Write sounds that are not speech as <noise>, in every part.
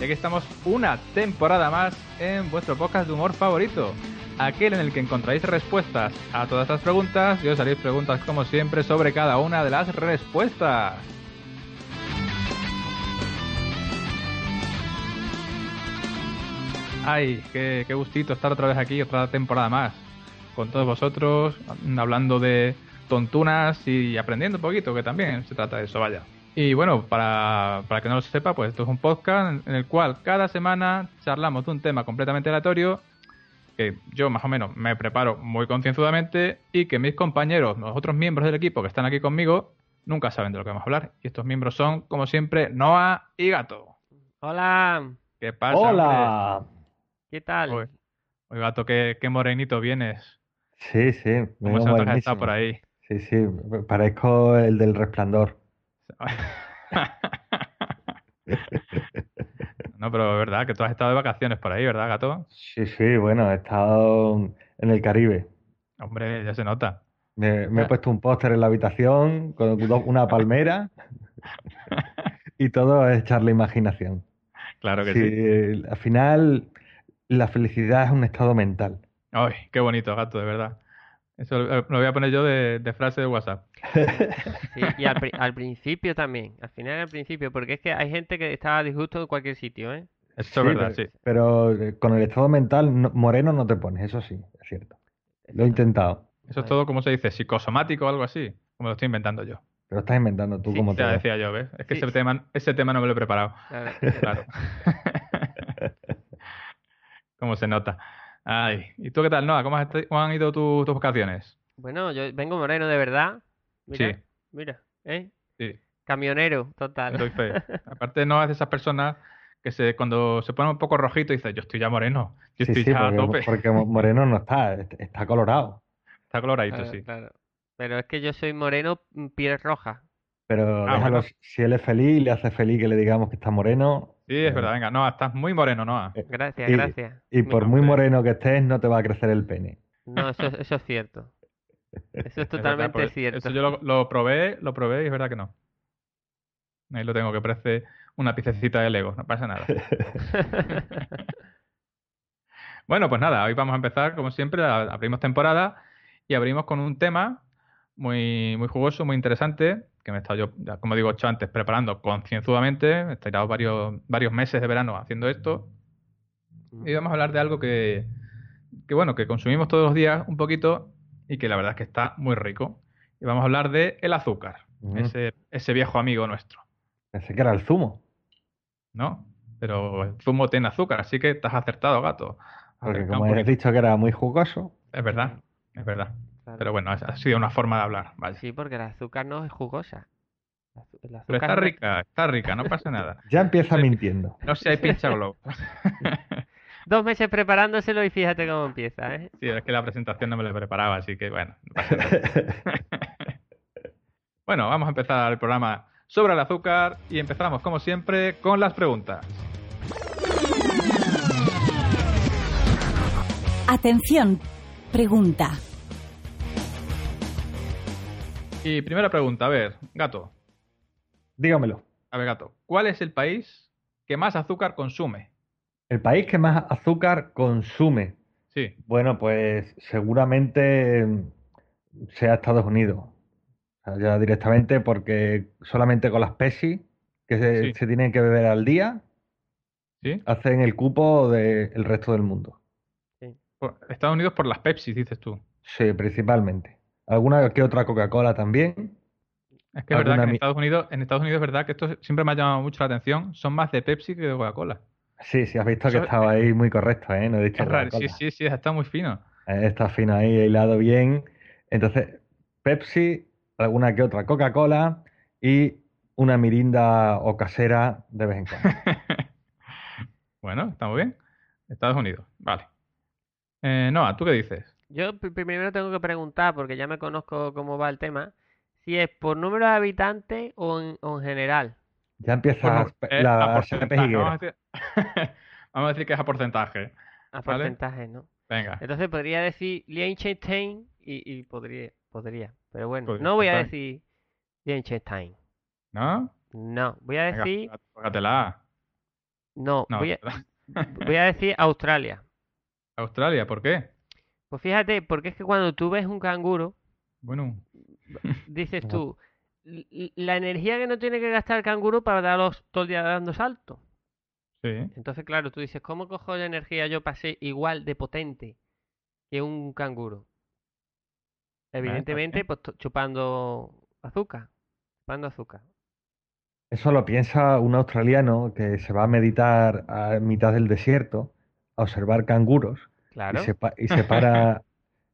Y aquí estamos una temporada más en vuestro podcast de humor favorito. Aquel en el que encontráis respuestas a todas estas preguntas y os haréis preguntas como siempre sobre cada una de las respuestas. Ay, qué, qué gustito estar otra vez aquí, otra temporada más, con todos vosotros, hablando de tontunas y aprendiendo un poquito, que también se trata de eso, vaya. Y bueno, para, para que no lo sepa, pues esto es un podcast en el cual cada semana charlamos de un tema completamente aleatorio que yo más o menos me preparo muy concienzudamente y que mis compañeros, los otros miembros del equipo que están aquí conmigo, nunca saben de lo que vamos a hablar. Y estos miembros son, como siempre, Noah y Gato. Hola, ¿Qué pasa? Hola. ¿qué tal? hombre? Uy, uy, Gato, qué, qué morenito vienes. Sí, sí. Como vengo se nota que has buenísimo. estado por ahí. Sí, sí. Parezco el del resplandor. no, pero es verdad que tú has estado de vacaciones por ahí, ¿verdad, Gato? Sí, sí. Bueno, he estado en el Caribe. Hombre, ya se nota. Me, me Ah. he puesto un póster en la habitación con do- <laughs> una palmera y todo es echar la imaginación. Claro que Sí, sí. eh, Al final, la felicidad es un estado mental. Ay, qué bonito, Gato, de verdad. Eso lo lo voy a poner yo de, de frase de WhatsApp. Sí, y <laughs> al, pri- al principio también, al final y al principio, porque es que hay gente que está a disgusto en cualquier sitio, ¿eh? Eso Sí, es verdad, sí. pero, pero, eh, con el estado mental no- moreno no te pones, eso sí, es cierto. Lo he intentado, Eso es Vale. todo, como se dice? Psicosomático o algo así. Como lo estoy inventando yo. pero estás inventando tú Sí, como Ya todo. decía yo, ¿ves? Es que Sí. ese, tema, ese tema no me lo he preparado. <laughs> Claro. Claro. <laughs> ¿Cómo se nota? Ay, ¿y tú qué tal, Noah? ¿Cómo, has est- cómo han ido tu- tus vacaciones? Bueno, yo vengo moreno de verdad. Mira, Sí. mira, ¿eh? Sí, Camionero, total. estoy feo. Aparte, Noah es de esas personas que se, cuando se pone un poco rojito dice, yo estoy ya moreno, yo Sí, estoy sí, ya a porque, tope. porque Moreno no está, est- está colorado. Está coloradito, Claro, sí. claro. Pero es que yo soy moreno, mm, piel roja. Pero Ah, déjalo, bueno. si él es feliz, le hace feliz que le digamos que está moreno. Sí, es verdad, venga, Noah, estás muy moreno, Noah. Eh, Gracias, Sí, gracias. Y Mi- por muy hombre. moreno que estés, no te va a crecer el pene. No, eso, es- eso es cierto. Eso es <laughs> Es verdad, totalmente porque cierto. Eso <laughs> yo <laughs> lo, lo probé, lo probé y es verdad que no. Ahí lo tengo, que parece una piececita de Lego, no pasa <laughs> nada. Bueno, pues nada, hoy vamos a empezar, como siempre, a- abrimos temporada y abrimos con un tema muy, muy jugoso, muy interesante, que me he estado yo, ya, como digo, hecho antes, preparando concienzudamente, he estado varios, varios meses de verano haciendo esto, y vamos a hablar de algo que, que, bueno, que consumimos todos los días un poquito y que la verdad es que está muy rico. Y vamos a hablar de el azúcar, Mm, ese, ese viejo amigo nuestro, Pensé que era el zumo. ¿no? Pero el zumo tiene azúcar, así que estás acertado, gato. Porque Acertado como un has poquito. dicho que era muy jugoso, Es verdad, es verdad. Claro. Pero bueno, ha sido una forma de hablar, vaya. Sí, porque el azúcar no es jugosa. El azu- el Pero azúcar está no- rica, está rica, no <laughs> pasa nada. ya empieza Sí. mintiendo. No sé, hay <laughs> pincha globo. Dos meses preparándoselo y fíjate cómo empieza, ¿eh? Sí, es que la presentación no me la preparaba, así que bueno, no pasa nada. <laughs> Bueno, vamos a empezar el programa sobre el azúcar y empezamos como siempre con las preguntas. Atención, pregunta. Y primera pregunta, a ver, gato, Dígamelo. a ver gato, ¿cuál es el país que más azúcar consume? El país que más azúcar consume. Sí, Bueno, pues seguramente mm, sea Estados Unidos. O sea, ya directamente porque solamente con las Pepsi que se, Sí. se tienen que beber al día, sí. hacen el cupo del resto del mundo. Por- Estados Unidos por las Pepsi, dices tú. Sí, principalmente. Alguna que otra Coca-Cola también. Es que es verdad Alguna que en mi- Estados Unidos, en Estados Unidos es verdad que esto siempre me ha llamado mucho la atención, son más de Pepsi que de Coca-Cola. Sí, sí, has visto que Eso- estaba ahí muy correcto, ¿eh? No he dicho Es raro, sí, Coca-Cola. sí, sí, está muy fino. Eh, Está fino ahí, hilado bien. Entonces, Pepsi, alguna que otra Coca-Cola y una mirinda o casera de vez en cuando. <laughs> bueno, está muy bien. Estados Unidos, vale. Eh, Noah, ¿tú qué dices? Yo pri- primero tengo que preguntar, porque ya me conozco cómo va el tema, si es por número de habitantes o en, o en general. Por Ya empieza nu- eh, a la porcentaje, serpe jiguera. Vamos a, decir... <laughs> vamos a decir que es a porcentaje. A Vale. porcentaje, ¿no? Venga. Entonces podría decir Liechtenstein y, y podría, podría. Pero bueno, Podría no voy a estar. decir Liechtenstein. ¿no? No, voy a Venga, decir. tócatela. No, No, voy a, voy a decir Australia. Australia, ¿por qué? Pues fíjate, porque es que cuando tú ves un canguro, Bueno, dices Ajá. tú, "L- l- la energía que no tiene que gastar el canguro para daros todo el día dando saltos. sí. Entonces, claro, tú dices, ¿cómo cojo la energía yo para ser igual de potente que un canguro? Evidentemente, bien. pues to- chupando azúcar. Chupando azúcar. Eso lo piensa un australiano que se va a meditar a mitad del desierto a observar canguros y Claro. se, pa- y se para,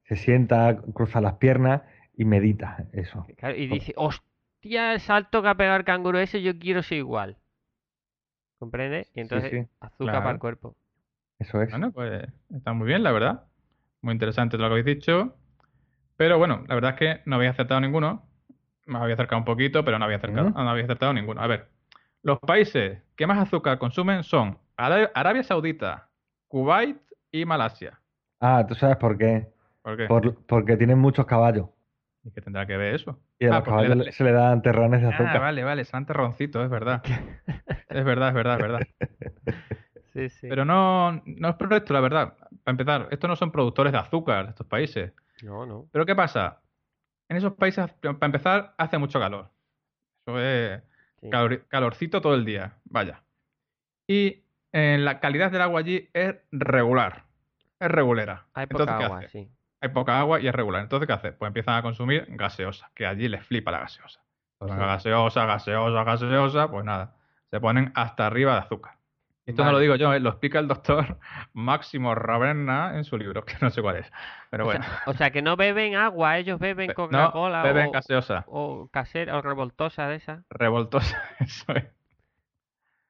se sienta, cruza las piernas y medita eso. Eh, Claro, y Por- dice, hostia, el salto que ha pegado el canguro ese, yo quiero ser igual. ¿Comprendes? Y Sí, entonces, sí, azúcar para claro. el cuerpo. Eso es. Bueno, pues está muy bien, la verdad. Muy interesante todo lo que habéis dicho. Pero bueno, la verdad es que no habéis acertado ninguno. Me había acercado un poquito, pero no había acercado, Ujú. no había acertado ninguno. A ver, los países que más azúcar consumen son Ara- Arabia Saudita, Kuwait y Malasia. Ah, tú sabes por qué. ¿Por qué? Por- porque tienen muchos caballos ¿Y qué tendrá que ver eso? y a Ah, los porque le- caballos se le dan terrones de Ah, azúcar. vale, vale, son terroncitos, es verdad. Es verdad, es verdad, es verdad. Sí, sí. Pero no, no es correcto, la verdad. Para empezar, estos no son productores de azúcar, estos países. No, no. Pero ¿qué pasa? En esos países, para empezar, hace mucho calor. Eso es sí. calor- calorcito todo el día, vaya. Y eh, la calidad del agua allí es regular, es regulera. Hay Entonces, poca ¿qué agua, hace? sí. <laughs> Hay poca agua y es regular. Entonces, ¿qué hace? Pues empiezan a consumir gaseosa, que allí les flipa la gaseosa. Entonces, Sí. gaseosa, gaseosa, gaseosa, pues nada. Se ponen hasta arriba de azúcar. Y Esto no lo Vale. digo yo, ¿eh? lo explica el doctor <laughs> Máximo Ravenna en su libro, que no sé cuál es. Pero O bueno. <laughs> sea, o sea, que no beben agua, ellos beben Be- Coca-Cola no, beben o, gaseosa, o casera o revoltosa de esa. revoltosa. <laughs> Eso es.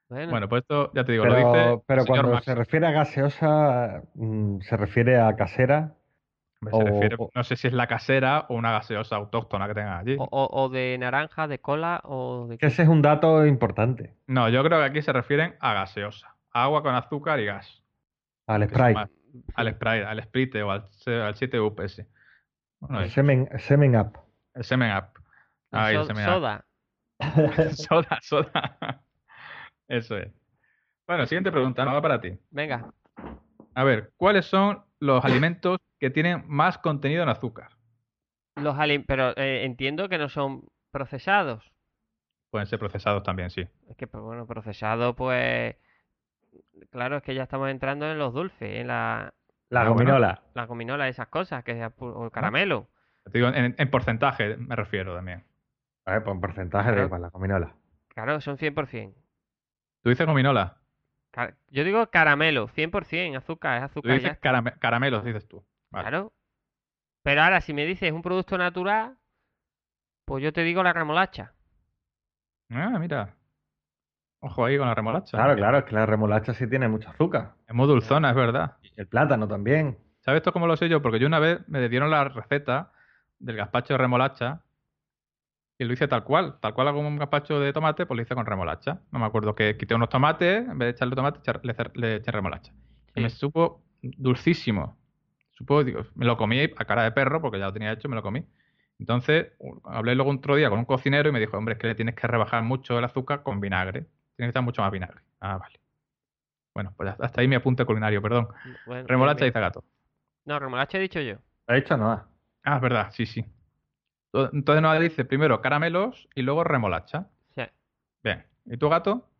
Bueno, Bueno, pues esto ya te digo, Pero, lo dice. el pero señor cuando Max. se refiere a gaseosa, mm, se refiere a casera. Hombre, se o- refiere- o- no sé si es la casera o una gaseosa autóctona que tengan allí. o, o- o de naranja, de cola o de... Que ese es un dato importante. No, yo creo que aquí se refieren a gaseosa. Agua con azúcar y gas. Al que se Sprite. llama- Al Sprite, al Sprite o al, se- al 7UPS. Bueno, El el, Semen, semen up. el Semen Up. la Ay, el so- Semen Up. soda. <laughs> soda, soda. Eso es. Bueno, siguiente pregunta, no va para ti. Venga, A ver, ¿cuáles son los alimentos que tienen más contenido en azúcar? los alim- pero eh, entiendo que no son procesados. Pueden ser procesados también, sí. Es que, pues, bueno, procesado, pues. Claro, es que ya estamos entrando en los dulces, en la, La Ah, bueno. gominola. la gominola, esas cosas, que sea pu- o el caramelo. Te digo, en, en porcentaje me refiero también. A ver, por pues porcentaje Claro. de igual, la gominola. Claro, son 100%. Tú dices gominola, Ca- Yo digo caramelo, 100%, azúcar, es tú azúcar, ya dices carame- caramelos, dices tú. Vale. Claro. Pero ahora, si me dices un producto natural, pues yo te digo la remolacha. Ah, mira. Ojo ahí con la remolacha. Claro, claro, es que la remolacha sí tiene mucho azúcar. Es muy dulzona, es verdad. Y el plátano también. ¿Sabes esto cómo lo sé yo? Porque yo una vez me dieron la receta del gazpacho de remolacha y lo hice tal cual. Tal cual hago un gazpacho de tomate, pues lo hice con remolacha. No me acuerdo que quité unos tomates, en vez de echarle tomate, echar- le, cer- le eché remolacha. Y me Sí. supo dulcísimo. Supo, digo, me lo comí a cara de perro porque ya lo tenía hecho, me lo comí. Entonces, u- hablé luego otro día con un cocinero y me dijo, hombre, es que le tienes que rebajar mucho el azúcar con vinagre. Tiene que estar mucho más vinagre. Ah, vale. Bueno, pues hasta ahí mi apunte culinario, perdón. Bueno, bien, Remolacha y bien. zagato. No, remolacha he dicho yo. Lo he dicho Noah. Ah, es verdad, sí, sí. To- Entonces nos dice primero caramelos y luego remolacha. Sí. Bien. ¿Y tu gato?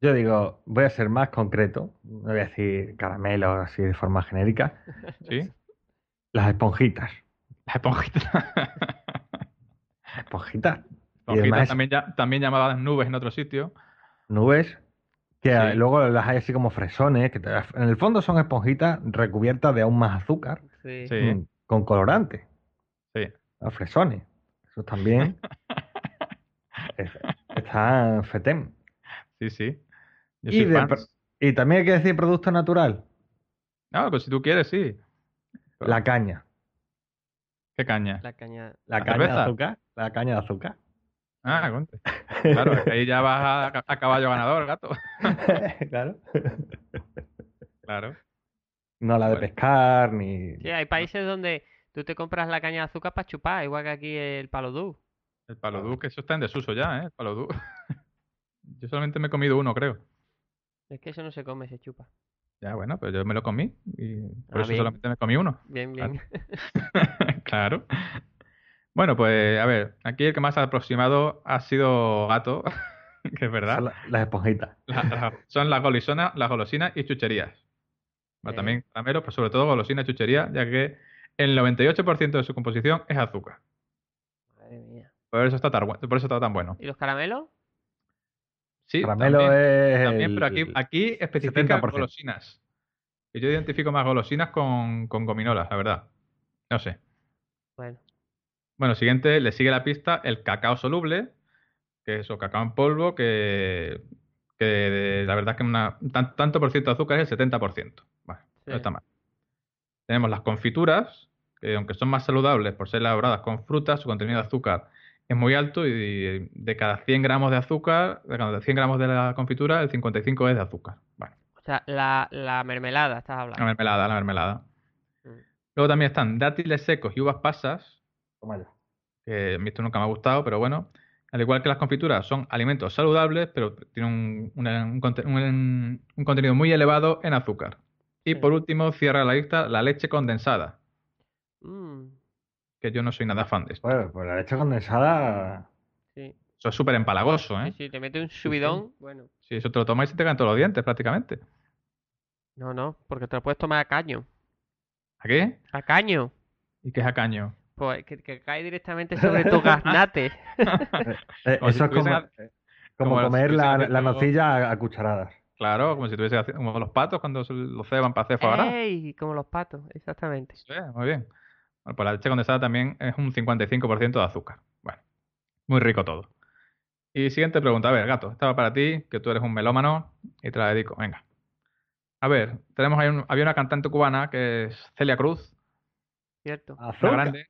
Yo digo, voy a ser más concreto. No voy a decir caramelo así de forma genérica. <laughs> Sí. Las esponjitas. La esponjita. Esponjitas. esponjita Y además- también, ya- también llamadas nubes en otro sitio. Nubes. Que Sí. luego las hay así como fresones. Que te- en el fondo son esponjitas recubiertas de aún más azúcar. Sí. Sí. mm, Con colorante. Ah, Sí. <laughs> Los fresones. Eso también. Es- Está en FETEM. Sí, sí. Yo Y, soy de fan. pro- y también hay que decir producto natural. No, pues si tú quieres, sí. La caña. ¿Qué caña? La caña. La, ¿La caña de cerveza? azúcar. La caña de azúcar. Ah, conte. Claro, es que ahí ya vas a, a caballo ganador, gato. <laughs> <laughs> claro. Claro. No la de Bueno. pescar, ni. Sí, hay países donde tú te compras la caña de azúcar para chupar, igual que aquí el palodú. El palodú, que eso está en desuso ya, ¿eh? El palodú. <laughs> Yo solamente me he comido uno, creo. Es que eso no se come, se chupa. Ya, bueno, pero yo me lo comí y por Ah, eso bien. solamente me comí uno. Bien, Claro. bien. Claro. Bueno, pues a ver, aquí el que más se ha aproximado ha sido Gato, <laughs> que es verdad. Son la- las esponjitas. La- la- son las golosinas, las golosinas y chucherías. Bueno, Sí. también caramelos, pero sobre todo golosinas y chucherías, ya que el 98% de su composición es azúcar. Madre mía. Por eso está tan, bu- por eso está tan bueno. ¿Y los caramelos? Sí, Caramelo también, es. también, pero el- aquí, aquí especifica 70%. golosinas. Y yo identifico más golosinas con, con gominolas, la verdad. No sé. Bueno. Bueno, siguiente, le sigue la pista el cacao soluble, que es o cacao en polvo, que, que la verdad es que una, tan- tanto por ciento de azúcar es el 70%. Bueno, Sí. no está mal. Tenemos las confituras, que aunque son más saludables por ser elaboradas con frutas, su contenido de azúcar es muy alto y de cada 100 gramos de azúcar, de cada 100 gramos de la confitura, el 55 es de azúcar. Bueno, O sea, la, la mermelada, estás hablando. la mermelada, la mermelada. Mm. Luego también están dátiles secos y uvas pasas, Toma ya. que a mí esto nunca me ha gustado, pero bueno, al igual que las confituras son alimentos saludables, pero tienen un, una- un conte- un- un contenido muy elevado en azúcar. Y Sí. por último, cierra la lista la leche condensada, Mm, que yo no soy nada fan de esto. Bueno, pues la leche condensada. sí. Eso es súper empalagoso, Sí, ¿eh? sí, te mete un subidón. Bueno. Si eso te lo tomas y se te caen todos los dientes prácticamente. No, no, porque te lo puedes tomar a caño. ¿A qué? ¿A caño? ¿Y qué es a caño? Pues que, que cae directamente sobre <laughs> tu gaznate. eh, Como si eso es como, estuviesen como como si comer estuviesen la, la haciendo- nocilla a, a cucharadas. Claro, como si tuviese haci- como los patos cuando se los ceban para hacer foie gras. ¡Ey! Como los patos, exactamente. Sí, muy bien. Bueno, pues la leche condensada también es un 55% de azúcar. Bueno, muy rico todo. Y siguiente pregunta. A ver, gato, estaba para ti, que tú eres un melómano y te la dedico. Venga. A ver, tenemos ahí un- había una cantante cubana que es Celia Cruz, ¿Cierto? la Azúcar. grande.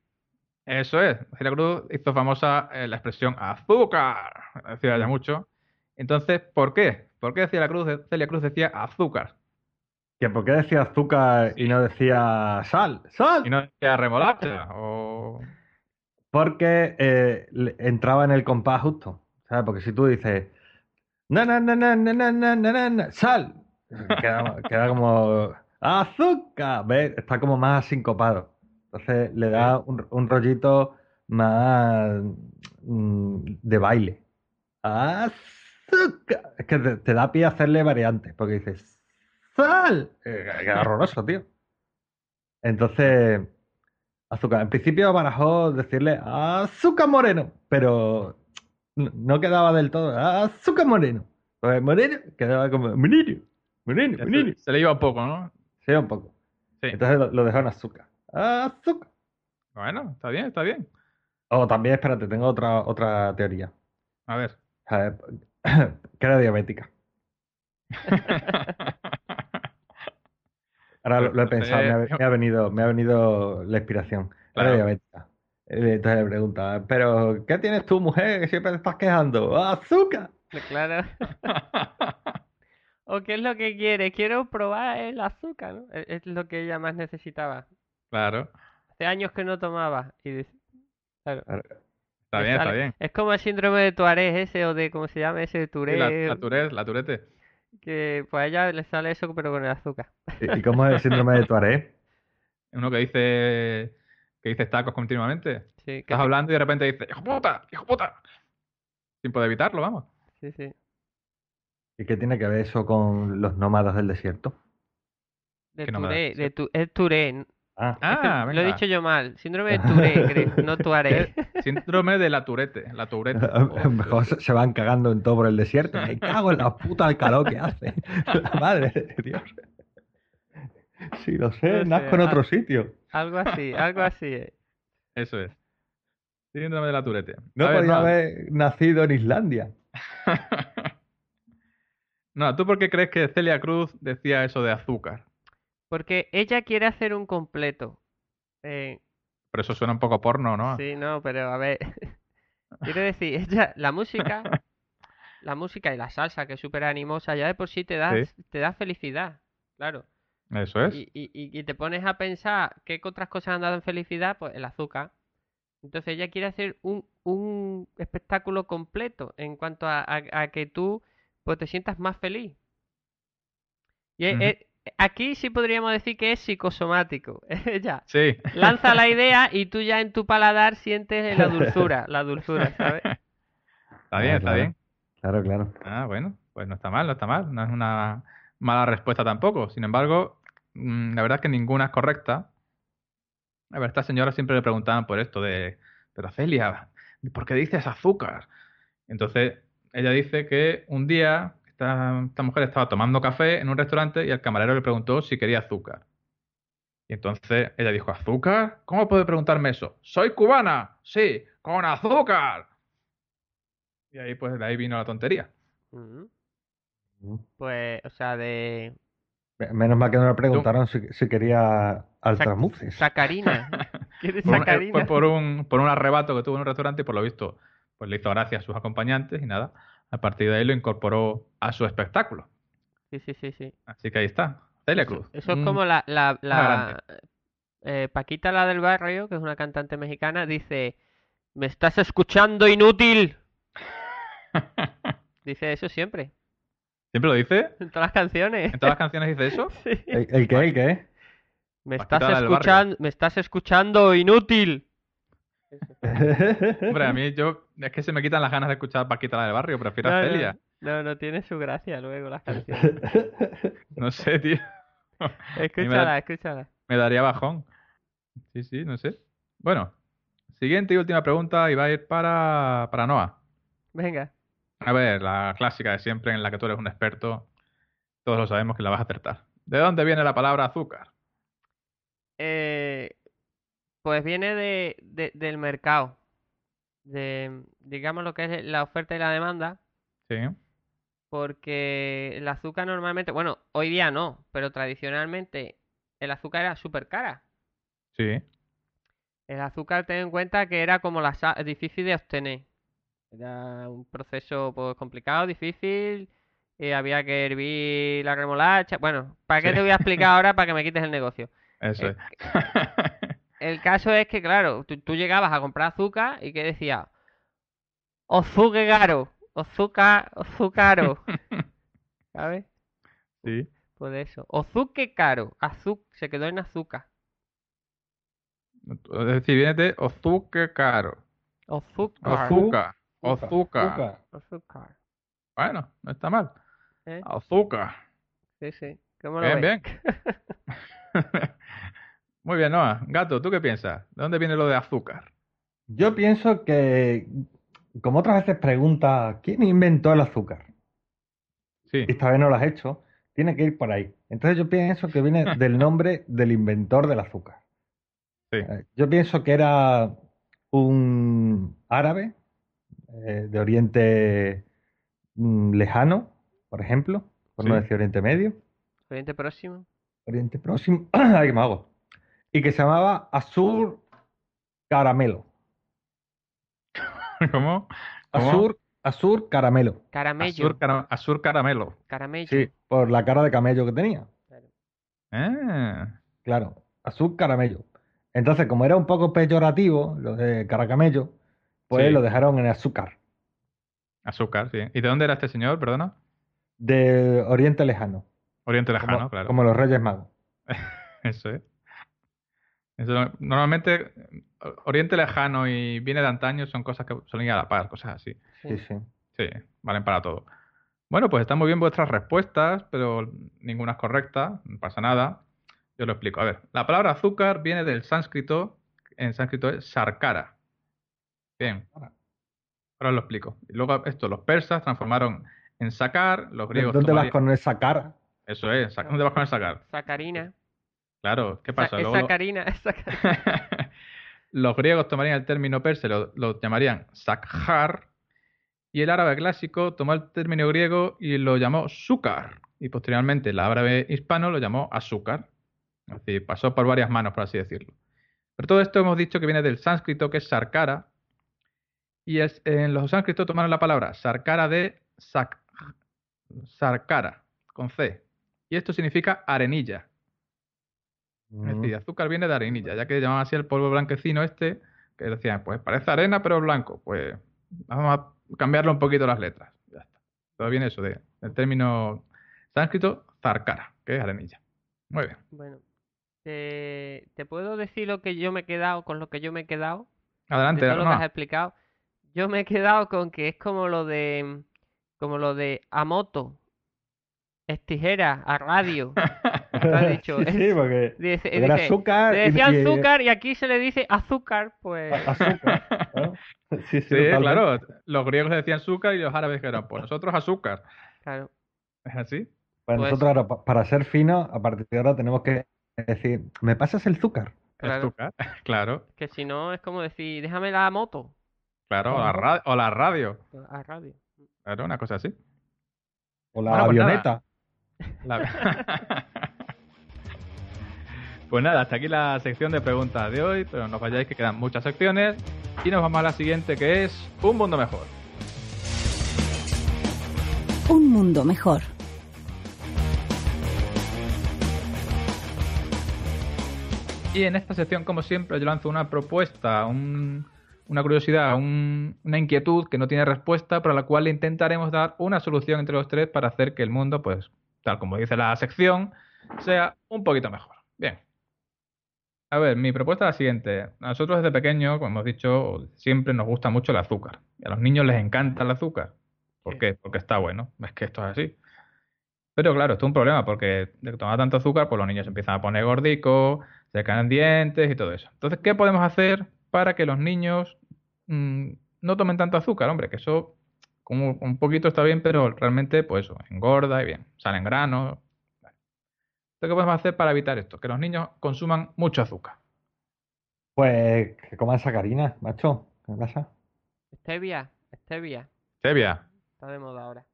Eso es, Celia Cruz hizo famosa eh, la expresión azúcar. La Decía ya mucho. Entonces, ¿por qué? ¿Por qué Celia Cruz, Celia Cruz decía azúcar? ¿Que ¿Por qué decía azúcar y no decía sal? ¡Sal! Y no decía remolacha. O... Porque eh, le- entraba en el compás justo. ¿Sabes? Porque si tú dices. Na, na, na, na, na, na, na, na, na, na, sal. Queda, queda como. ¡Azúcar! ¿Ves? Está como más sincopado. Entonces le da un, un rollito más. mm, de baile. Ah. ¡Azúcar! Es que te, te da pie a hacerle variantes. Porque dices. ¡Sal! Eh, Queda horroroso, tío. Entonces. Azúcar. En principio barajó decirle azúcar moreno, pero no- no quedaba del todo azúcar moreno. Pues moreno quedaba como moreno, moreno, moreno. Se le iba un poco, ¿no? Sí, un poco. Sí. Entonces lo, lo dejó en azúcar. Azúcar. Bueno, está bien, está bien. O Oh, también, espérate, tengo otra, otra teoría. A ver. <laughs> <laughs> A ver, <clears throat> que era diabética. Ahora lo, lo he Pues, pensado, me ha, eh, me ha venido, me ha venido la inspiración. Era Claro. diabética. Eh, Entonces le pregunta, pero ¿qué tienes tú, mujer, que siempre te estás quejando? ¡Ah, ¡Azúcar! <laughs> <laughs> Claro. ¿O qué es lo que quiere? Quiero probar el azúcar, ¿no? E-, Es, es lo que ella más necesitaba. claro. Hace años que no tomaba. Y dice- claro, Está le bien, está sale. bien. Es como el síndrome de Tuareg ese, o de, ¿cómo se llama? Ese de Sí, la, la Tourette, Tourette, la Tourette. que pues a ella le sale eso, pero con el azúcar. ¿Y y cómo es el síndrome de Tuareg? Uno que dice que dice tacos continuamente. Sí, que Estás hablando y de repente dice, hijo puta, hijo puta. Sin poder evitarlo, vamos. sí, sí. ¿Y qué tiene que ver eso con los nómadas del desierto? De Que no me da- Tourette, sí. de tu- es Tourette. Ah, Es que Ah, lo he venga. Eh. dicho yo mal. Síndrome de Tourette, <laughs> creo, no Tuareg. Síndrome de la Tourette, la <laughs> Tourette. mejor se se van cagando en todo por el desierto. <laughs> Me cago en la puta el calor que hace. <laughs> La madre de Dios. Si lo No Pues sé, eh, sé, nazco en ah. otro sitio. eh. Algo así, algo así. es. Eso es. Síndrome de la turete. No A ver, podía Noah, haber nacido en Islandia. Noah, ¿tú por qué crees que Celia Cruz decía eso de azúcar? Porque ella quiere hacer un completo. Eh, Pero eso suena un poco porno, ¿no? Sí, no, pero a ver. <laughs> Quiero decir, <laughs> ella, <laughs> la música, la música y la salsa, que es súper animosa, ya de por sí te da, te da felicidad. Claro. Eso es. Y, y- y- y te pones a pensar qué otras cosas han dado en felicidad, pues el azúcar. Entonces ella quiere hacer un, un espectáculo completo en cuanto a, a- a que tú pues, te sientas más feliz. Y es- Ujú. es- aquí sí podríamos decir que es psicosomático. <laughs> Ella Sí. lanza la idea y tú ya en tu paladar sientes la dulzura, la dulzura, ¿sabes? Está bien, Ah, está claro. bien. Claro, claro. Ah, bueno, pues no está mal, no está mal. No es una mala respuesta tampoco. Sin embargo, mm, la verdad es que ninguna es correcta. A ver, esta señora siempre le preguntaban por esto de, pero Celia, ¿por qué dices azúcar? Entonces, ella dice que un día esta, esta mujer estaba tomando café en un restaurante y el camarero le preguntó si quería azúcar. Y entonces ella dijo, ¿azúcar? ¿Cómo puede preguntarme eso? Soy cubana, sí, con azúcar. Y ahí pues de ahí vino la tontería. Ujú. Pues, o sea, de Me- Menos mal que no le preguntaron si, si quería altramuces. sacarina. ¿Quieres Por un- eh, sacarina? fue por un, por un arrebato que tuvo en un restaurante y por lo visto pues le hizo gracia a sus acompañantes y nada, a partir de ahí lo incorporó a su espectáculo. Sí, sí, sí, sí. Así que ahí está, Celia Eso- Cruz. Eso, Mm, es como la, la, una la- eh, Paquita, la del barrio, que es una cantante mexicana, dice, me estás escuchando <laughs> inútil. Dice eso siempre, ¿Siempre lo dice? en todas las canciones. ¿En todas las canciones dice eso? <laughs> Sí. ¿El, el qué? ¿El ¿eh? qué? Me Paquita, estás la del barrio. escuchando, me estás escuchando inútil. Hombre, a mí yo... Es que se me quitan las ganas de escuchar a Paquita la del barrio, prefiero a No, no, Celia. No, no tiene su gracia luego las canciones. No sé, tío. Escúchala, escúchala. Me daría bajón. Sí, sí, no sé. Bueno, siguiente y última pregunta y va a ir para, para Noah. Venga. A ver, la clásica de siempre en la que tú eres un experto, todos lo sabemos que la vas a acertar. ¿De dónde viene la palabra azúcar? Eh, pues viene de, de- del mercado. De, digamos lo que es la oferta y la demanda. Sí, Porque el azúcar normalmente, bueno, hoy día no, pero tradicionalmente el azúcar era súper cara. sí, El azúcar, ten en cuenta que era como la sal, difícil de obtener. Era un proceso pues, complicado, difícil, y había que hervir la remolacha. Bueno, ¿para qué Sí. te voy a explicar ahora para que me quites el negocio? eso Eh, es. El caso es que, claro, tú, tú llegabas a comprar azúcar y que decía, ozuque caro, ozuca, <laughs> ozucaro, ¿sabes? Sí, Pues de eso, ozuque caro, azu- se quedó en azúcar, es decir, viene de ozuque caro. ozucar, Ozu- Ozuca, ozuca. ozucar, Bueno, no está mal. ¿eh? Ozuca. Sí, sí, ¿cómo lo Bien, ves? bien. Muy bien, Noah. Gato, ¿tú qué piensas? ¿De dónde viene lo de azúcar? Yo pienso que, como otras veces pregunta, ¿quién inventó el azúcar? <laughs> Sí, Y esta vez no lo has hecho, tiene que ir por ahí. Entonces yo pienso que <laughs> viene del nombre del inventor del azúcar. Sí. Eh, Yo pienso que era un árabe eh, de Oriente mm, lejano, por ejemplo, por no Sí. decir Oriente Medio, Oriente Próximo, Oriente Próximo, <clears throat> ay, que me hago. Y que se llamaba Azur Caramelo. ¿cómo? ¿Cómo? Azur, Azur Caramelo. caramello, Azur, cara- azur caramelo. caramello, Sí, por la cara de camello que tenía. Ah, Claro, azul caramello. Entonces, como era un poco peyorativo, lo de caracamello, pues Sí. lo dejaron en azúcar, azúcar, sí. ¿Y de dónde era este señor, perdona? de Oriente Lejano, Oriente como, Lejano, claro. como los Reyes Magos. Eso es. Eso no- normalmente o- Oriente Lejano y viene de antaño son cosas que suelen ir a la par, cosas así. Sí, sí. sí. Sí, valen para todo. Bueno, pues están muy bien vuestras respuestas, pero ninguna es correcta, no pasa nada. Yo lo explico. A ver, la palabra azúcar viene del sánscrito, en sánscrito es sarkara. Bien. Ahora lo explico. Y luego esto, los persas transformaron en sacar, los ¿De- griegos ¿Dónde vas tomarían- con esa cara? Eso es, sac- ¿dónde vas con el sacar? sacarina, Claro, ¿qué sa- pasa? <laughs> es Luego lo- sacarina, es sacarina. <laughs> Los griegos tomarían el término persa, y lo, lo llamarían sakhar, y el árabe clásico tomó el término griego y lo llamó zúcar, y posteriormente el árabe hispano lo llamó azúcar. Es decir, pasó por varias manos, por así decirlo. Pero todo esto hemos dicho que viene del sánscrito, que es sarkara, y es, en los sánscritos tomaron la palabra sarkara de sac, sarkara, con C, y esto significa arenilla. Mm. Es <laughs> decir, azúcar viene de arenilla, ya que llamaban así el polvo blanquecino este, que decían, pues parece arena, pero blanco. Pues vamos a cambiarle un poquito las letras. Ya está. Todo viene eso de, del término sánscrito zarkara, que es arenilla. Muy bien. Bueno, te, te puedo decir lo que yo me he quedado, con lo que yo me he quedado, de Adelante, todo lo que Arnoa. has explicado. Yo me he quedado con que es como lo de, como lo de a moto, es tijera, a radio. Lo has dicho. Sí, sí, porque Dice- era dice, azúcar. le y- decía y- azúcar y aquí se le dice azúcar, pues. <laughs> Azúcar. <laughs> ¿no? Sí, sí, Sí, totalmente. claro. Los griegos decían azúcar y los árabes dijeron, pues nosotros azúcar. <laughs> Claro. ¿Es así? Para Pues- nosotros, ahora, pa- para ser finos, a partir de ahora tenemos que decir, ¿me pasas el azúcar? Claro. Azúcar. <laughs> Claro, Que si no es como decir, déjame la moto claro. O la, ra- o la radio. a radio. Claro, una cosa así. O la Bueno, pues nada. avioneta. La- <laughs> Pues nada, hasta aquí la sección de preguntas de hoy, pero no os vayáis que quedan muchas secciones y nos vamos a la siguiente que es Un Mundo Mejor. Un mundo mejor. Y en esta sección, como siempre, yo lanzo una propuesta, un- una curiosidad, un- una inquietud que no tiene respuesta, pero a la cual intentaremos dar una solución entre los tres para hacer que el mundo, pues, tal como dice la sección, sea un poquito mejor. Bien. A ver, mi propuesta es la siguiente. A nosotros desde pequeños, como hemos dicho, siempre nos gusta mucho el azúcar. Y a los niños les encanta el azúcar. ¿Por Sí. qué? Porque está bueno. Es que esto es así. Pero claro, esto es un problema porque de tomar tanto azúcar, pues los niños se empiezan a poner gordicos, se caen dientes y todo eso. Entonces, ¿qué podemos hacer para que los niños mm, no tomen tanto azúcar? Hombre, que eso como un poquito está bien, pero realmente, pues eso, engorda y bien, salen granos. Vale. Entonces, ¿qué podemos hacer para evitar esto? Que los niños consuman mucho azúcar. Pues que coman sacarina, macho. ¿Qué pasa? Stevia, Stevia, Stevia. está de moda ahora.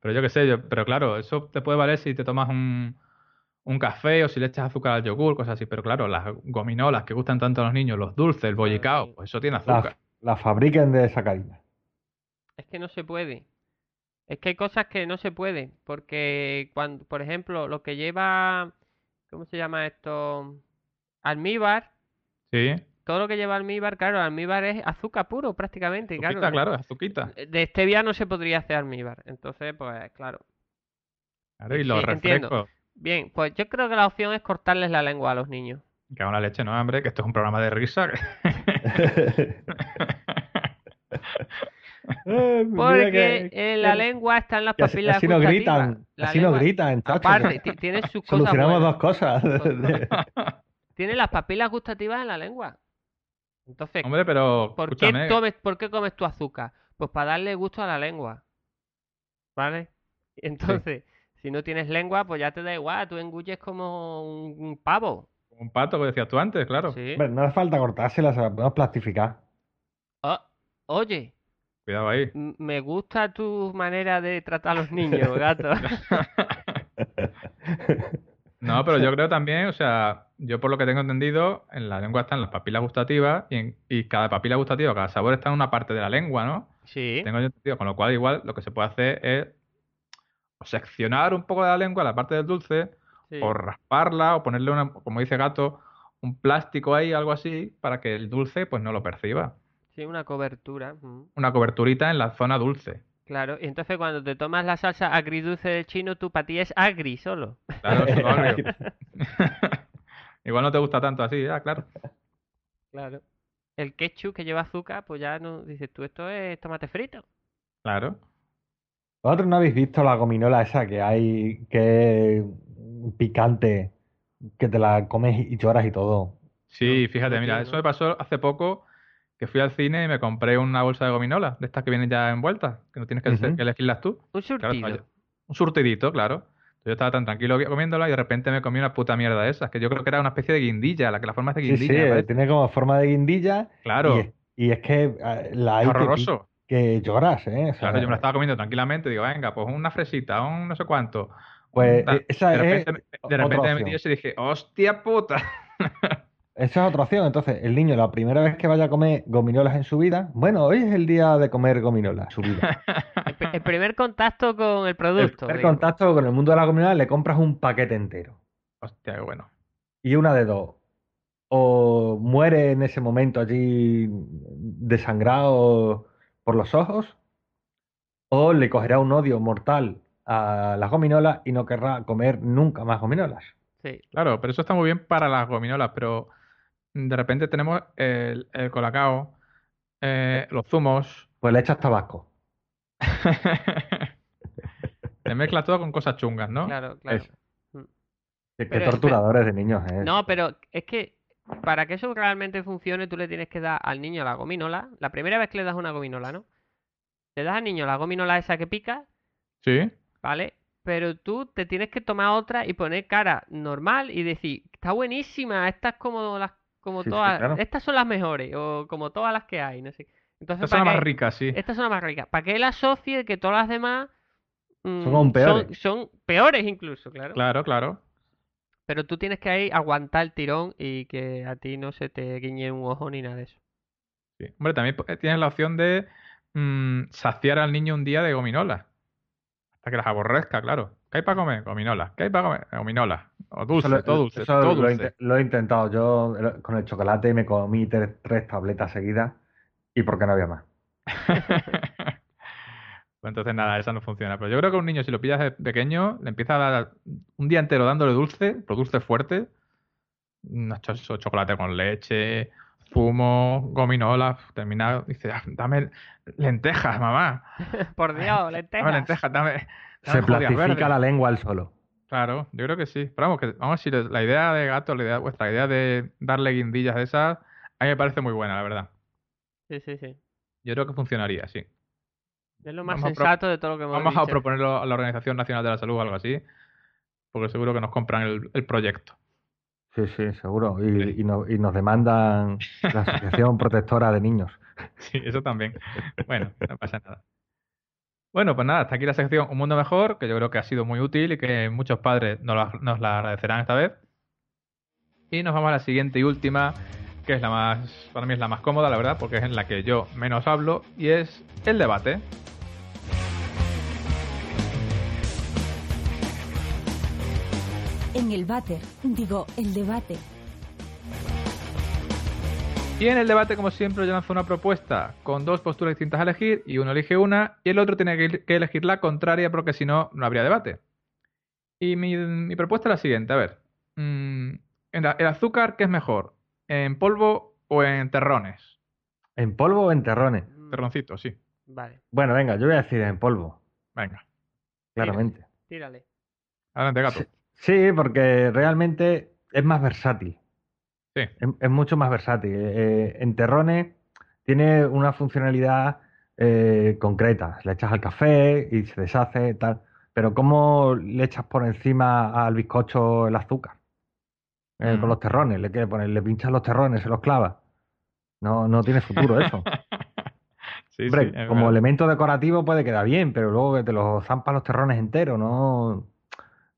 pero yo qué sé, yo, pero claro, eso te puede valer si te tomas un, un café o si le echas azúcar al yogur, cosas así. Pero claro, las gominolas que gustan tanto a los niños, los dulces, el bollicao, sí. pues eso tiene azúcar. La, la fabriquen de sacarina. <laughs> Es que no se puede. Es que hay cosas que no se puede, porque cuando, por ejemplo, lo que lleva, ¿cómo se llama esto? Almíbar, Sí, todo lo que lleva almíbar, claro, almíbar es azúcar puro prácticamente, azuquita, claro. eh, claro, azuquita. De stevia no se podría hacer almíbar, entonces, pues claro. Claro, y los sí, entiendo. refrescos. Bien, pues yo creo que la opción es cortarles la lengua a los niños. Que hago la leche, no, hombre, que esto es un programa de <laughs> risa. Porque Porque eh, la lengua está en las Y así, papilas así no gustativas. gritan, La así no lengua- gritan, chacho. Aparte, ti- tiene sus cosas Solucionamos buenas. dos cosas. Tiene las papilas gustativas en la lengua. Entonces, Hombre, pero ¿por qué, escúchame, tomes- ¿por qué comes tu azúcar? Pues para darle gusto a la lengua. ¿Vale? <laughs> Entonces, si no tienes lengua, pues ya te da igual, tú engulles como un, un pavo. un pato que decías tú antes, claro. Sí. <laughs> Hombre, no hace falta cortársela, se la podemos plastificar. Ah, oye, Cuidado ahí. m- me gusta tu manera de tratar a los <laughs> niños, gato. No, pero <laughs> yo creo también, o sea, yo por lo que tengo entendido, en la lengua están las papilas gustativas y, en- y cada papila gustativa, cada sabor está en una parte de la lengua, ¿no? Sí. Tengo yo entendido, con lo cual igual lo que se puede hacer es o seccionar un poco de la lengua, la parte del dulce, sí. o rasparla, o ponerle una, como dice Gato, un plástico ahí, algo así, para que el dulce pues no lo perciba. Sí, una cobertura. ujú. Una coberturita en la zona dulce. Claro, y entonces cuando te tomas la salsa agridulce del chino, tu para ti es agri solo. Claro, eso es lo agrio. <laughs> <laughs> Igual no te gusta tanto así, ah, claro. Claro. El ketchup que lleva azúcar, pues ya no dices tú, esto es tomate frito. Claro. ¿Vosotros no habéis visto la gominola esa que hay, que es picante, que te la comes y lloras y todo? Sí, No, fíjate, no mira, tiene, eso ¿no? me pasó hace poco que fui al cine y me compré una bolsa de gominolas, de estas que vienen ya envueltas, que no tienes que, hacer- Ujú. que elegirlas tú. Claro, Un surtido. falla. un surtidito, claro. Yo estaba tan tranquilo que- comiéndola y de repente me comí una puta mierda de esas, que yo creo que era una especie de guindilla, la que la forma es de Sí, guindilla. sí, me eh, parece. tiene como forma de guindilla. Claro, Y es, y es que ah, la hay es que- horroroso. que, lloras, ¿eh? O sea, Claro, yo me la estaba comiendo tranquilamente, digo, venga, pues una fresita, un no sé cuánto. Pues Tal. eh, esa de es repente, o- de repente otra me opción. metí eso y dije, hostia puta. <laughs> Esa es otra opción. Entonces, el niño, la primera vez que vaya a comer gominolas en su vida, bueno, hoy es el día de comer gominolas en su <laughs> vida. El, pr- el primer contacto con el El producto. primer digo. contacto con el mundo de las gominolas, le compras un paquete entero. Hostia, qué bueno. Y una de dos. O muere en ese momento allí desangrado por los ojos, o le cogerá un odio mortal a las gominolas y no querrá comer nunca más gominolas. Sí. Claro, pero eso está muy bien para las gominolas, pero de repente tenemos el, el colacao, eh, los zumos, <laughs> Pues le echas tabasco. te mezclas todo con cosas chungas, ¿no? Claro, claro. Eso. Qué, qué Pero- torturadores de niños, ¿eh? No, pero es que para que eso realmente funcione, tú le tienes que dar al niño la gominola. La primera vez que le das una gominola, ¿no? Le das al niño la gominola esa que pica, Sí. ¿vale? Pero tú te tienes que tomar otra y poner cara normal y decir, está buenísima, estas como las, como Sí, sí, todas, claro. estas son las mejores, o como todas las que hay, no sé. Entonces, Estas son las para más que- ricas, sí. Estas son las más ricas. Para que él asocie que todas las demás mm, Son aún peores. son peores incluso, claro. Claro, claro. Pero tú tienes que ahí aguantar el tirón y que a ti no se te guiñe un ojo ni nada de eso. <laughs> Sí. Hombre, también po- tienes la opción de mm, saciar al niño un día de gominolas. Hasta que las aborrezca, claro. ¿Qué hay para comer? Gominolas. ¿Qué hay para comer? Gominolas. O dulce, Eso lo- eh, todo dulce, eso todo lo, he dulce. inte- lo he intentado. Yo eh, con el chocolate me comí tres, tres tabletas seguidas y porque no había más. <laughs> Pues Entonces, nada, esa no funciona. Pero yo creo que un niño, si lo pillas de pequeño, le empieza a dar un día entero dándole dulce, pero dulce fuerte. Unos cho- cho- chocolate con leche, zumo, gominolas. Termina, dice, "Ah, dame lentejas, mamá. Por <laughs> Dios, Dame lentejas. Ah, lentejas, dame. dame Se judías plastifica verdes". la lengua al solo. Claro, yo creo que sí. Pero vamos, que, vamos, si le- la idea de gato, la idea, vuestra idea de darle guindillas de esas, a mí me parece muy buena, la verdad. Sí, sí, sí. Yo creo que funcionaría, sí. Es lo más Vamos a pro- sensato de todo lo que hemos Vamos a dicho. proponerlo a la Organización Nacional de la Salud o algo así, porque seguro que nos compran el, el proyecto. <laughs> Sí, sí, seguro. Y, Sí. y no- y nos demandan <laughs> la Asociación Protectora de Niños. Sí, eso también. Bueno, no pasa nada. Bueno, pues nada, hasta aquí la sección Un Mundo Mejor, que yo creo que ha sido muy útil y que muchos padres nos la, nos la agradecerán esta vez. Y nos vamos a la siguiente y última, que es la más, para mí es la más cómoda, la verdad, porque es en la que yo menos hablo, y es el debate. En el váter, digo, el debate. Y en el debate, como siempre, yo lanzo una propuesta con dos posturas distintas a elegir y uno elige una y el otro tiene que- que elegir la contraria porque si no, no habría debate. Y mi, mi propuesta es la siguiente, a ver. mm, en la- ¿El azúcar qué es mejor? ¿En polvo o en terrones? ¿En polvo o en terrones? Mm, Terroncito, sí. Vale, Bueno, venga, yo voy a decir en polvo, Venga. claramente. tírale. Adelante, gato. <laughs> Sí, porque realmente es más versátil. Sí. Es, es mucho más versátil. Eh, en terrones tiene una funcionalidad eh, concreta. Le echas al café y se deshace, tal. Pero ¿cómo le echas por encima al bizcocho el azúcar? Eh, Mm. Con los terrones, le, quieres poner- le pinchas los terrones, se los clavas. No, no tiene futuro eso. Sí, Hombre, sí, eh, es como verdad. elemento decorativo puede quedar bien, pero luego que te los zampan los terrones enteros, no,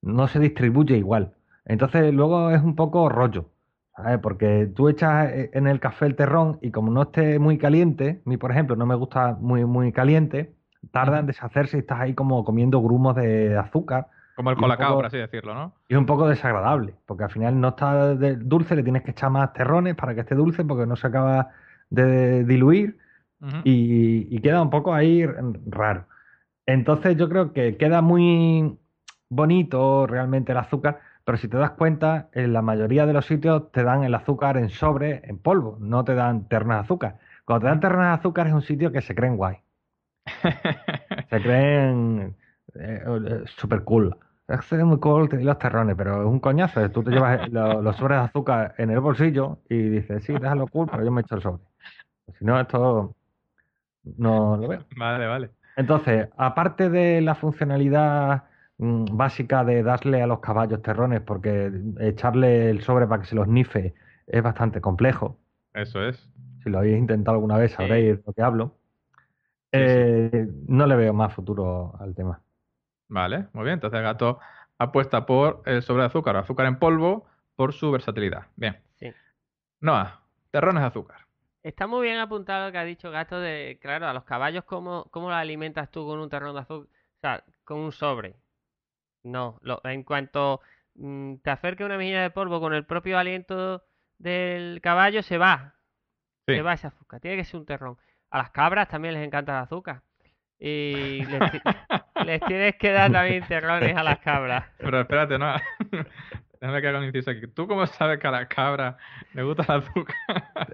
no se distribuye igual. Entonces luego es un poco rollo, ¿sabes? Porque tú echas eh, en el café el terrón y como no esté muy caliente, a mí por ejemplo no me gusta muy, muy caliente, tarda en Ujú. deshacerse y estás ahí como comiendo grumos de azúcar. Como el y un colacao, poco- por así decirlo, ¿no? Y es un poco desagradable, porque al final no está de- dulce, le tienes que echar más terrones para que esté dulce porque no se acaba de diluir Ujú. y, y queda un poco ahí r- raro. Entonces yo creo que queda muy bonito realmente el azúcar, pero si te das cuenta, en la mayoría de los sitios te dan el azúcar en sobre, en polvo, no te dan ternas de azúcar. Cuando te dan ternas de azúcar es un sitio que se creen guay, se creen eh, super cool. Es que es muy cool tener los terrones, pero es un coñazo. Tú te llevas lo- los sobres de azúcar en el bolsillo y dices, sí, déjalo cool, pero yo me echo el sobre. Pues Si no, esto no lo veo. Vale, vale. Entonces, aparte de la funcionalidad mm, básica de darle a los caballos terrones, porque echarle el sobre para que se los nife es bastante complejo. Eso es. Si lo habéis intentado alguna vez, sabréis de lo que hablo. Eh, no le veo más futuro al tema. Vale, muy bien. Entonces el gato apuesta por el sobre de azúcar o azúcar en polvo por su versatilidad. Bien. Sí. Noah, terrones de azúcar. Está muy bien apuntado lo que ha dicho Gato de, claro, a los caballos, ¿cómo, cómo los alimentas tú con un terrón de azúcar? O sea, con un sobre. No, lo- en cuanto mm, te acerque una mejilla de polvo con el propio aliento del caballo, se va. Sí. Se va ese azúcar. Tiene que ser un terrón. A las cabras también les encanta el azúcar. <laughs> Y les, ti- les tienes que dar también terrones a las cabras. Pero espérate, <laughs> Noah. Déjame que haga un inciso aquí. ¿Tú cómo sabes que a la cabra le gusta el azúcar?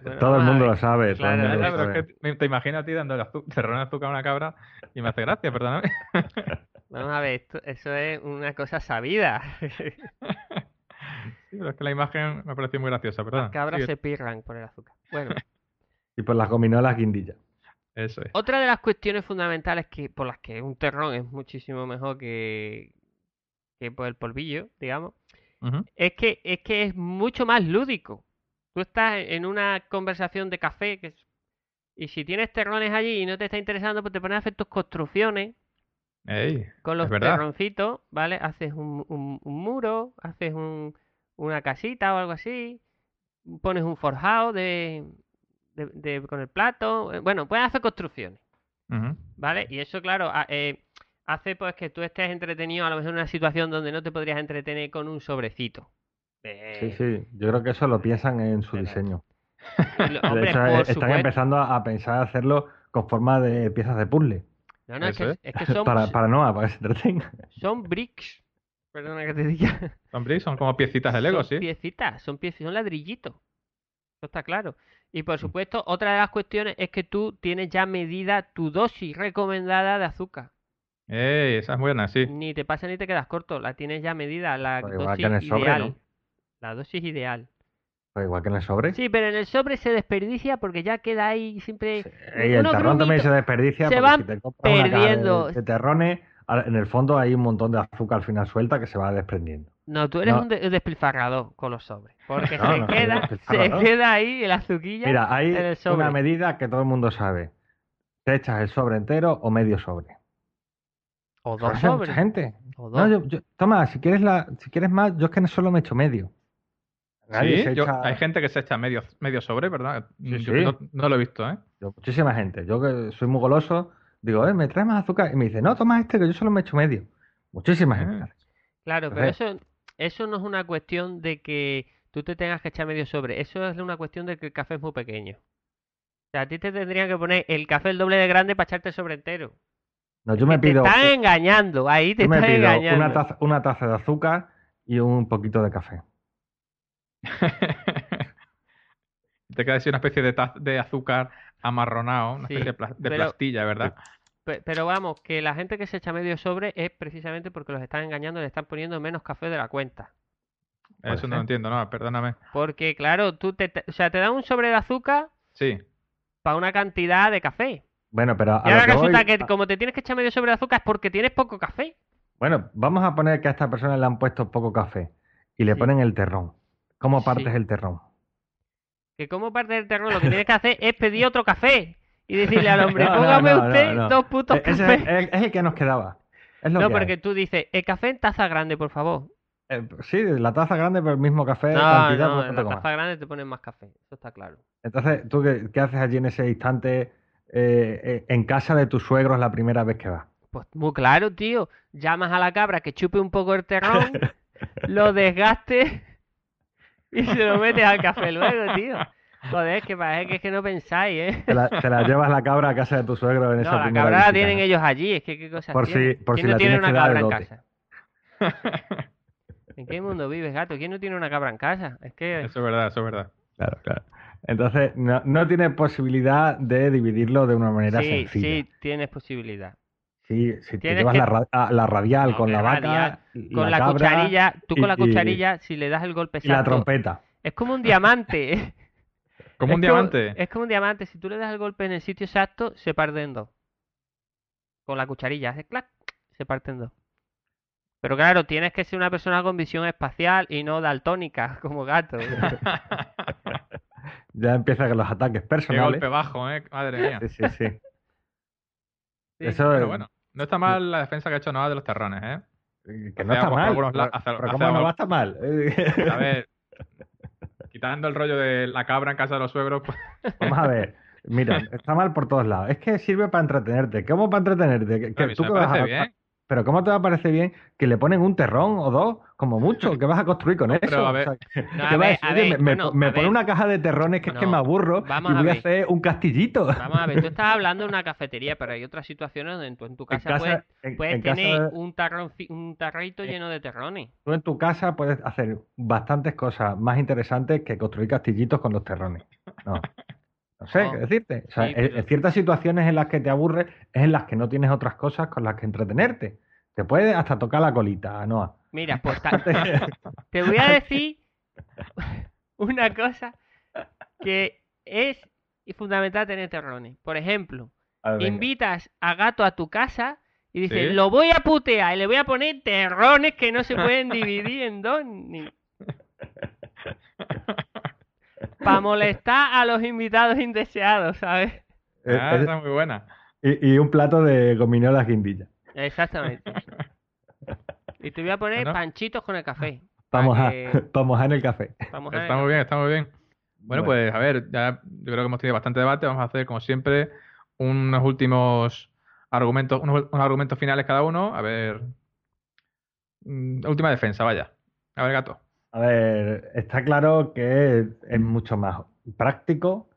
Bueno, todo el vamos a mundo ver. lo sabe. todo el Claro, Ya, mundo lo ya, pero sabe. es que me- te imagino a ti dando el azu- terrón de azúcar a una cabra y me hace gracia, perdóname. <laughs> Vamos a ver, esto- eso es una cosa sabida. Sí, pero es que la imagen me pareció muy graciosa, ¿verdad? Las cabras se pirran por el azúcar. Bueno. Y por las gominolas guindillas. Eso es. Otra de las cuestiones fundamentales que, por las que un terrón es muchísimo mejor que, que por el polvillo, digamos, Ujú. es que, es que es mucho más lúdico. Tú estás en una conversación de café que es- y si tienes terrones allí y no te está interesando, pues te pones a hacer tus construcciones Ey, con los Es verdad. terroncitos, ¿vale? Haces un, un- un muro, haces un- una casita o algo así, pones un forjado de, de- de- con el plato, eh, bueno, puedes hacer construcciones. ujú. ¿Vale? Y eso, claro, ha- eh, hace pues que tú estés entretenido a lo mejor en una situación donde no te podrías entretener con un sobrecito. Sí, Eh, sí. Yo creo que eso lo piensan en su Pero- diseño. lo- De hombre, hecho, por eh, están supuesto. empezando a a pensar hacerlo con forma de piezas de puzzle. No, no, es que, Eso es. es que son, ¿eh? <laughs> pues Para, para Noah, para que se entretenga. son bricks. Perdona que te diga. Hombre, son como piecitas de Lego, son sí. piecitas, son piecitas, son ladrillitos. Eso está claro. Y Mm. por supuesto, otra de las cuestiones es que tú tienes ya medida tu dosis recomendada de azúcar. Ey, esa es buena, sí. Ni te pasa ni te quedas corto, la tienes ya medida, la Pero Pues igual que dosis en el sobre, ideal. ¿no? La dosis ideal. Pero Pues igual que en el sobre. Sí, pero en el sobre se desperdicia porque ya queda ahí siempre. Y el unos terrón también grumitos. se desperdicia Se porque van si te compras una caja de- perdiendo. de, terrones, al- en el fondo hay un montón de azúcar al final suelta que se va desprendiendo. No, tú eres No. un de- un despilfarrador con los sobres. Porque No, <laughs> se, no soy queda, se despilfarrador. queda ahí el azuquilla. Mira, hay en el sobre. una medida que todo el mundo sabe. Te echas el sobre entero o medio sobre. o Lo dos hace mucha sobres. gente. O dos. No, yo- yo- toma, si quieres, la, si quieres más, yo es que solo me echo medio. Nadie Sí, se yo- echa- hay gente que se echa medio, medio sobre, ¿verdad? yo sí. No, no lo he visto, ¿eh? <laughs> yo- muchísima gente. Yo que soy muy goloso, digo, eh, me traes más azúcar. Y me dice, no, toma este que yo solo me echo medio. Muchísima gente. Ah. Claro, pero Entonces- eso, eso no es una cuestión de que tú te tengas que echar medio sobre. Eso es una cuestión de que el café es muy pequeño. O sea, a ti te tendrían que poner el café el doble de grande para echarte el sobre entero. No, yo me Que te pido. están engañando, ahí te Yo me están pido engañando. una taza, una taza de azúcar y un poquito de café. Te queda así una especie de, taz- de azúcar amarronado, una Sí, especie de, pla- de pero- plastilla, ¿verdad? Pe- Pero vamos, que la gente que se echa medio sobre es precisamente porque los están engañando, le están poniendo menos café de la cuenta. puede Eso no ser. lo entiendo, no, perdóname. Porque claro, tú te, te- o sea, te dan un sobre de azúcar Sí, para una cantidad de café. Bueno, pero a Y lo ahora que voy- resulta que a- como te tienes que echar medio sobre de azúcar es porque tienes poco café. Bueno, vamos a poner que a esta persona le han puesto poco café y le Sí. ponen el terrón. ¿Cómo Sí. partes el terrón? Que como parte del terreno lo que tienes que hacer es pedir otro café y decirle al hombre, <laughs> No, no, póngame no, no, usted no. dos putos E- ese cafés. es, el- es el que nos quedaba. Es lo no, que porque hay. tú dices, el café en taza grande, por favor. Eh, sí, la taza grande, pero el mismo café, No, Eh, cantidad, pues, no, por en tanto la como. taza grande te ponen más café, eso está claro. Entonces, ¿tú qué, qué haces allí en ese instante eh, eh, en casa de tus suegros la primera vez que vas? Pues muy claro, tío. Llamas a la cabra que chupe un poco el <laughs> terrón, lo desgastes y se lo metes al café luego, tío. Joder, es que parece que, es que no pensáis, ¿eh? Te la, <laughs> te la llevas la cabra a casa de tu suegro en No, esa la primera cabra la visita, tienen ¿no? ellos allí, es que qué cosas Por si- tienen? por ¿Quién si no la tiene una tienes que dar cabra de en dote. casa? ¿En qué mundo vives, gato? ¿Quién no tiene una cabra en casa? Es que... eso es verdad, eso es verdad. Claro, claro. Entonces, no, no tienes posibilidad de dividirlo de una manera Sí, sencilla. sí, tienes posibilidad. Sí, si te Tienes llevas que- la, ra- a- la radial No, con la la vaca, radial, Con la, cabra cucharilla, tú y- con la y- cucharilla, si le das el golpe y la exacto, trompeta. es como un diamante, ¿eh? Como un Es como- diamante. es como un diamante. Si tú le das el golpe en el sitio exacto, se parte en dos. Con la cucharilla, hace clac, se parte en dos. Pero claro, tienes que ser una persona con visión espacial y no daltónica, <laughs> como <laughs> gato. Ya empiezan con los ataques Qué personales. golpe bajo, ¿eh? Madre mía. Sí, sí, sí. <laughs> Sí, Eso Pero es- bueno, no está mal la defensa que ha hecho Noah de los terrones, ¿eh? Que no está Hacemos mal. algunos la- pero- hacer- pero hacer ¿cómo no algo- va a estar mal? <laughs> A ver, quitando el rollo de la cabra en casa de los suegros, pues, Vamos a ver. Mira, está mal por todos lados. Es que sirve para entretenerte. ¿Cómo para entretenerte? Que- que a mí tú se me que vas a- parece bien. Pero ¿cómo te va a parecer bien que le ponen un terrón o dos, como mucho? ¿Qué vas a <laughs> construir con eso? pero a O ver- sea, No, ¿qué a vas ver, a decir? Oye, ver, me, me- bueno, me a pone ver. una caja de terrones que es que No, me aburro vamos y a voy a ver. hacer un castillito. Vamos a ver, tú estás hablando de una cafetería, pero hay otras situaciones donde tú en tu En casa, casa, en- puedes, puedes en tener casa- eh, un, tarrón, fi- un tarrito lleno de terrones. tú en tu casa puedes hacer bastantes cosas más interesantes que construir castillitos con los terrones. No, no sé No. qué decirte. O sea, Sí, en- pero- en ciertas situaciones en las que te aburres es en las que no tienes otras cosas con las que entretenerte. Te puede hasta tocar la colita, Noah. Mira, pues ta- te voy a decir <laughs> una cosa que es fundamental tener terrones. Por ejemplo, A ver, Ah, venga. invitas a gato a tu casa y dices, Sí. lo voy a putear y le voy a poner terrones que no se pueden dividir en dos Para molestar a los invitados indeseados, ¿sabes? Eh, Ah, eh, esa es muy buena. y, y un plato de gominolas guindillas. Ah, Exactamente. Y te voy a poner Bueno. panchitos con el café. pa' Vamos a, <laughs> que- pa' mojar en el café. pa' mojar Está el- muy bien, está muy bien. Bueno, pues a ver, ya yo creo que hemos tenido bastante debate. Vamos a hacer, como siempre, unos últimos argumentos, unos, unos argumentos finales cada uno. A ver. mm, Última defensa, vaya. A ver, gato. A ver, está claro que es mucho más práctico,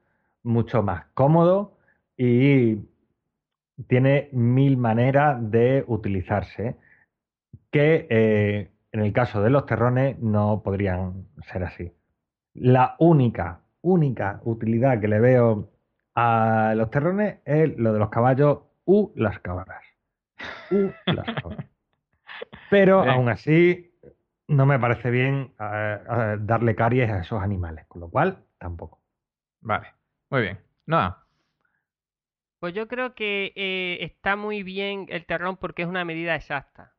mucho más cómodo y tiene mil maneras de utilizarse que eh, en el caso de los terrones no podrían ser así. La única, única utilidad que le veo a los terrones es lo de los caballos u las cabras. U las cabras. Pero Bien. aún así no me parece bien eh, eh, darle caries a esos animales, con lo cual tampoco. Vale, muy bien. Nada, Pues yo creo que eh, está muy bien el terrón porque es una medida exacta.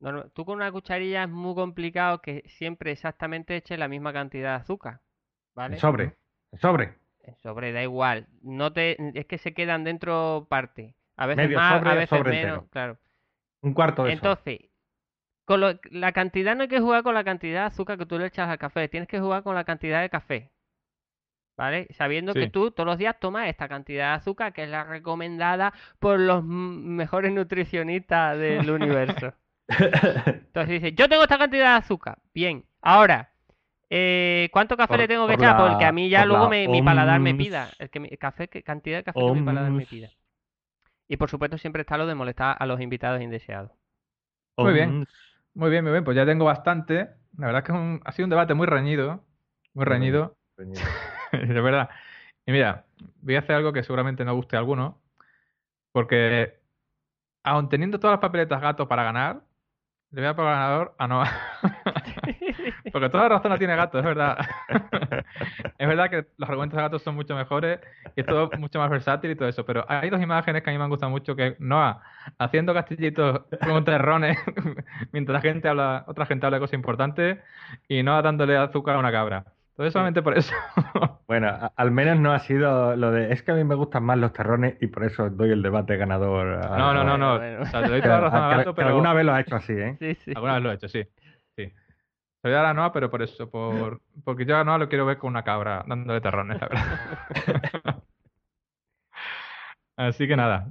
Norma- Tú con una cucharilla es muy complicado que siempre exactamente eches la misma cantidad de azúcar. ¿Vale? El sobre, el sobre. El sobre, da igual. No te... Es que se quedan dentro parte. A veces Medio más, sobre, a veces sobre menos. entero. Claro. Un cuarto de sobre. Entonces, con lo- la cantidad no hay que jugar con la cantidad de azúcar que tú le echas al café, tienes que jugar con la cantidad de café. ¿Vale? Sabiendo que Sí. tú todos los días tomas esta cantidad de azúcar que es la recomendada por los m- mejores nutricionistas del universo. <laughs> Entonces dices, yo tengo esta cantidad de azúcar. Bien, ahora, eh, ¿cuánto café Por- le tengo que por echar? la- Porque a mí ya por luego la me- mi paladar me OMS. pida. El que mi- el café, que- cantidad de café que mi paladar me OMS. pida. Y por supuesto siempre está lo de molestar a los invitados indeseados. Muy bien. muy bien, muy bien. Pues ya tengo bastante. La verdad es que es un- ha sido un debate muy reñido. Muy Muy reñido. reñido. <laughs> de verdad. Y mira, voy a hacer algo que seguramente no guste a alguno, porque aun teniendo todas las papeletas gato para ganar, le voy a dar por ganador a Noah. <laughs> porque toda la razón la tiene gato, es verdad. <laughs> es verdad que los argumentos de gato son mucho mejores y es todo mucho más versátil y todo eso, pero hay dos imágenes que a mí me han gustado mucho, que es Noah haciendo castillitos con terrones <laughs> mientras la gente habla, otra gente habla de cosas importantes y Noah dándole azúcar a una cabra. Entonces solamente por eso Bueno, a- al menos no ha sido lo de es que a mí me gustan más los terrones y por eso doy el debate ganador. a- No, no, no, no. Bueno, bueno. O sea, te doy Que, toda la razón a que- Gato, que pero alguna vez lo ha hecho así, ¿eh? Sí, sí. alguna vez lo he hecho, sí. sí. Te voy a dar a Noah, pero por eso, por... porque yo a Noah lo quiero ver con una cabra dándole terrones, la verdad. <laughs> Así que nada.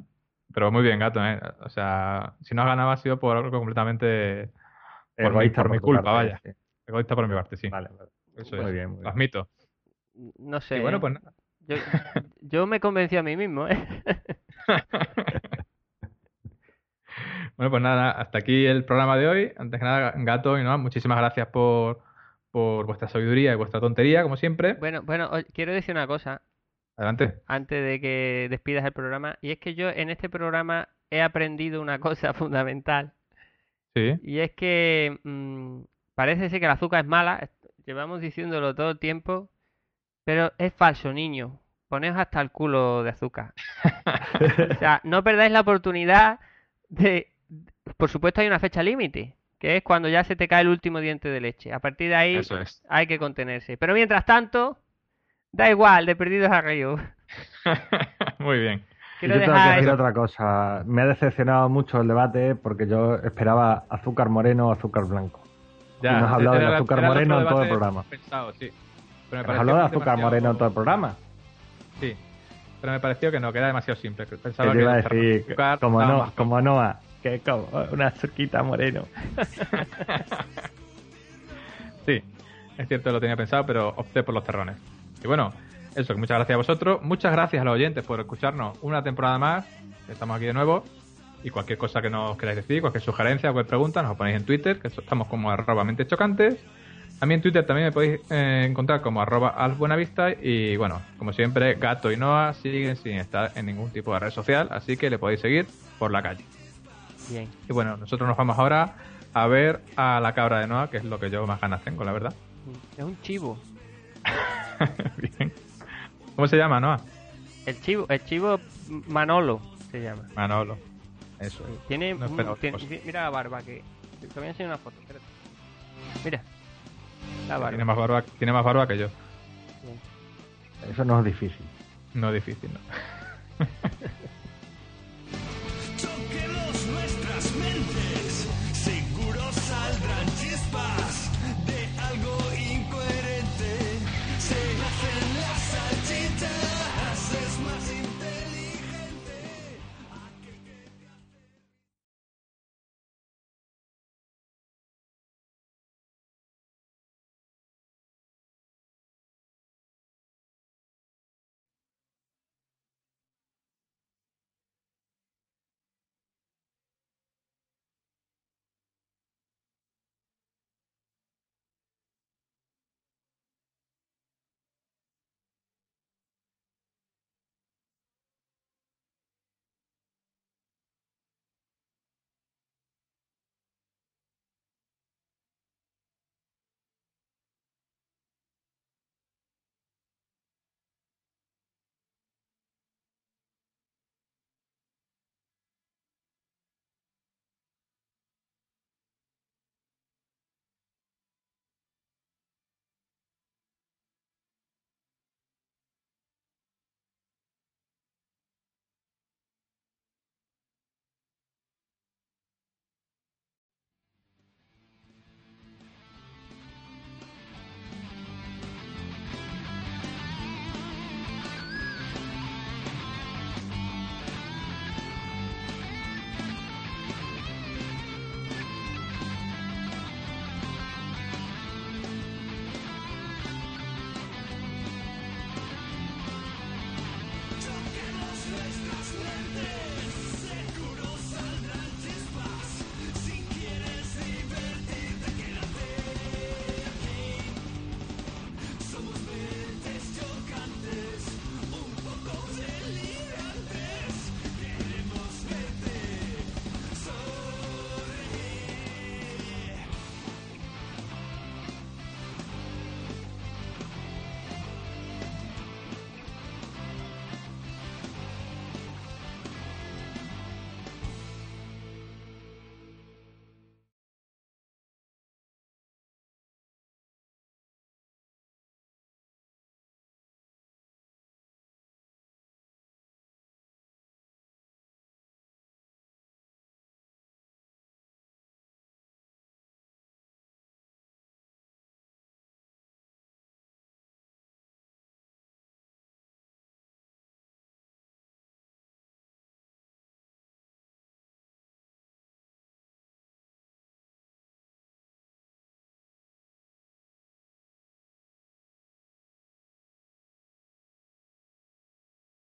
Pero muy bien, gato, ¿eh? O sea, si no has ganado ha sido por algo completamente <laughs> Por mi- Egoísta por mi tu culpa, parte, vaya. sí. egoísta por mi parte, sí. Vale, vale. Eso Muy es. bien, muy Lo bien. admito. No sé. ¿eh? Y bueno, pues nada. yo, <laughs> yo me convencí a mí <laughs> mismo, ¿eh? Bueno, pues nada, hasta aquí el programa de hoy. Antes que nada, Gato y Noah, muchísimas gracias por, por vuestra sabiduría y vuestra tontería, como siempre. Bueno, bueno, o- quiero decir una cosa Adelante. antes de que despidas el programa. Y es que yo en este programa he aprendido una cosa <laughs> fundamental. Sí. <laughs> Y es que mm, parece ser que el azúcar es mala. es- Llevamos diciéndolo todo el tiempo. Pero es falso, niño. Poneos hasta el culo de azúcar. <laughs> O sea, no perdáis la oportunidad de... Por supuesto hay una fecha límite, que es cuando ya se te cae el último diente de leche. A partir de ahí Eso es. hay que contenerse. Pero mientras tanto, da igual, de perdidos a <laughs> río. Muy bien. Quiero yo tengo que dejar decir eso. otra cosa. Me ha decepcionado mucho el debate porque yo esperaba azúcar moreno o azúcar blanco. Ya, Nos has hablado era- del era azúcar otro moreno en todo el debate programa. pensado, sí. Pero me Hemos pareció hablado de que azúcar demasiado- moreno en todo el programa. Sí. Pero me pareció que no, que era demasiado simple. que Que Pensaba yo que iba a el decir, azúcar como estaba no, más- como Noah, que es como una azúquita moreno. Sí, es cierto, lo tenía pensado, pero opté por los terrones. Y bueno, eso, que muchas gracias a vosotros. Muchas gracias a los oyentes por escucharnos una temporada más. Estamos aquí de nuevo. Y cualquier cosa que nos queráis decir, cualquier sugerencia, cualquier pregunta, nos lo ponéis en Twitter, que estamos como arroba mentes chocantes. A mí en Twitter también me podéis eh, encontrar como arroba albuenavista. Y bueno, como siempre, Gato y Noah siguen sin estar en ningún tipo de red social, así que le podéis seguir por la calle. Bien. Y bueno, nosotros nos vamos ahora a ver a la cabra de Noah, que es lo que yo más ganas tengo, la verdad. Es un chivo. <laughs> Bien. ¿Cómo se llama, Noah? El chivo, el chivo Manolo se llama. Manolo. Eso Sí, Tiene, No un- espero otra tiene- cosa. ti- mira la barba que te voy a enseñar una foto. espérate. Mira. La barba. Tiene más, barba, tiene más barba que yo. Eso no es difícil. No es difícil, ¿no?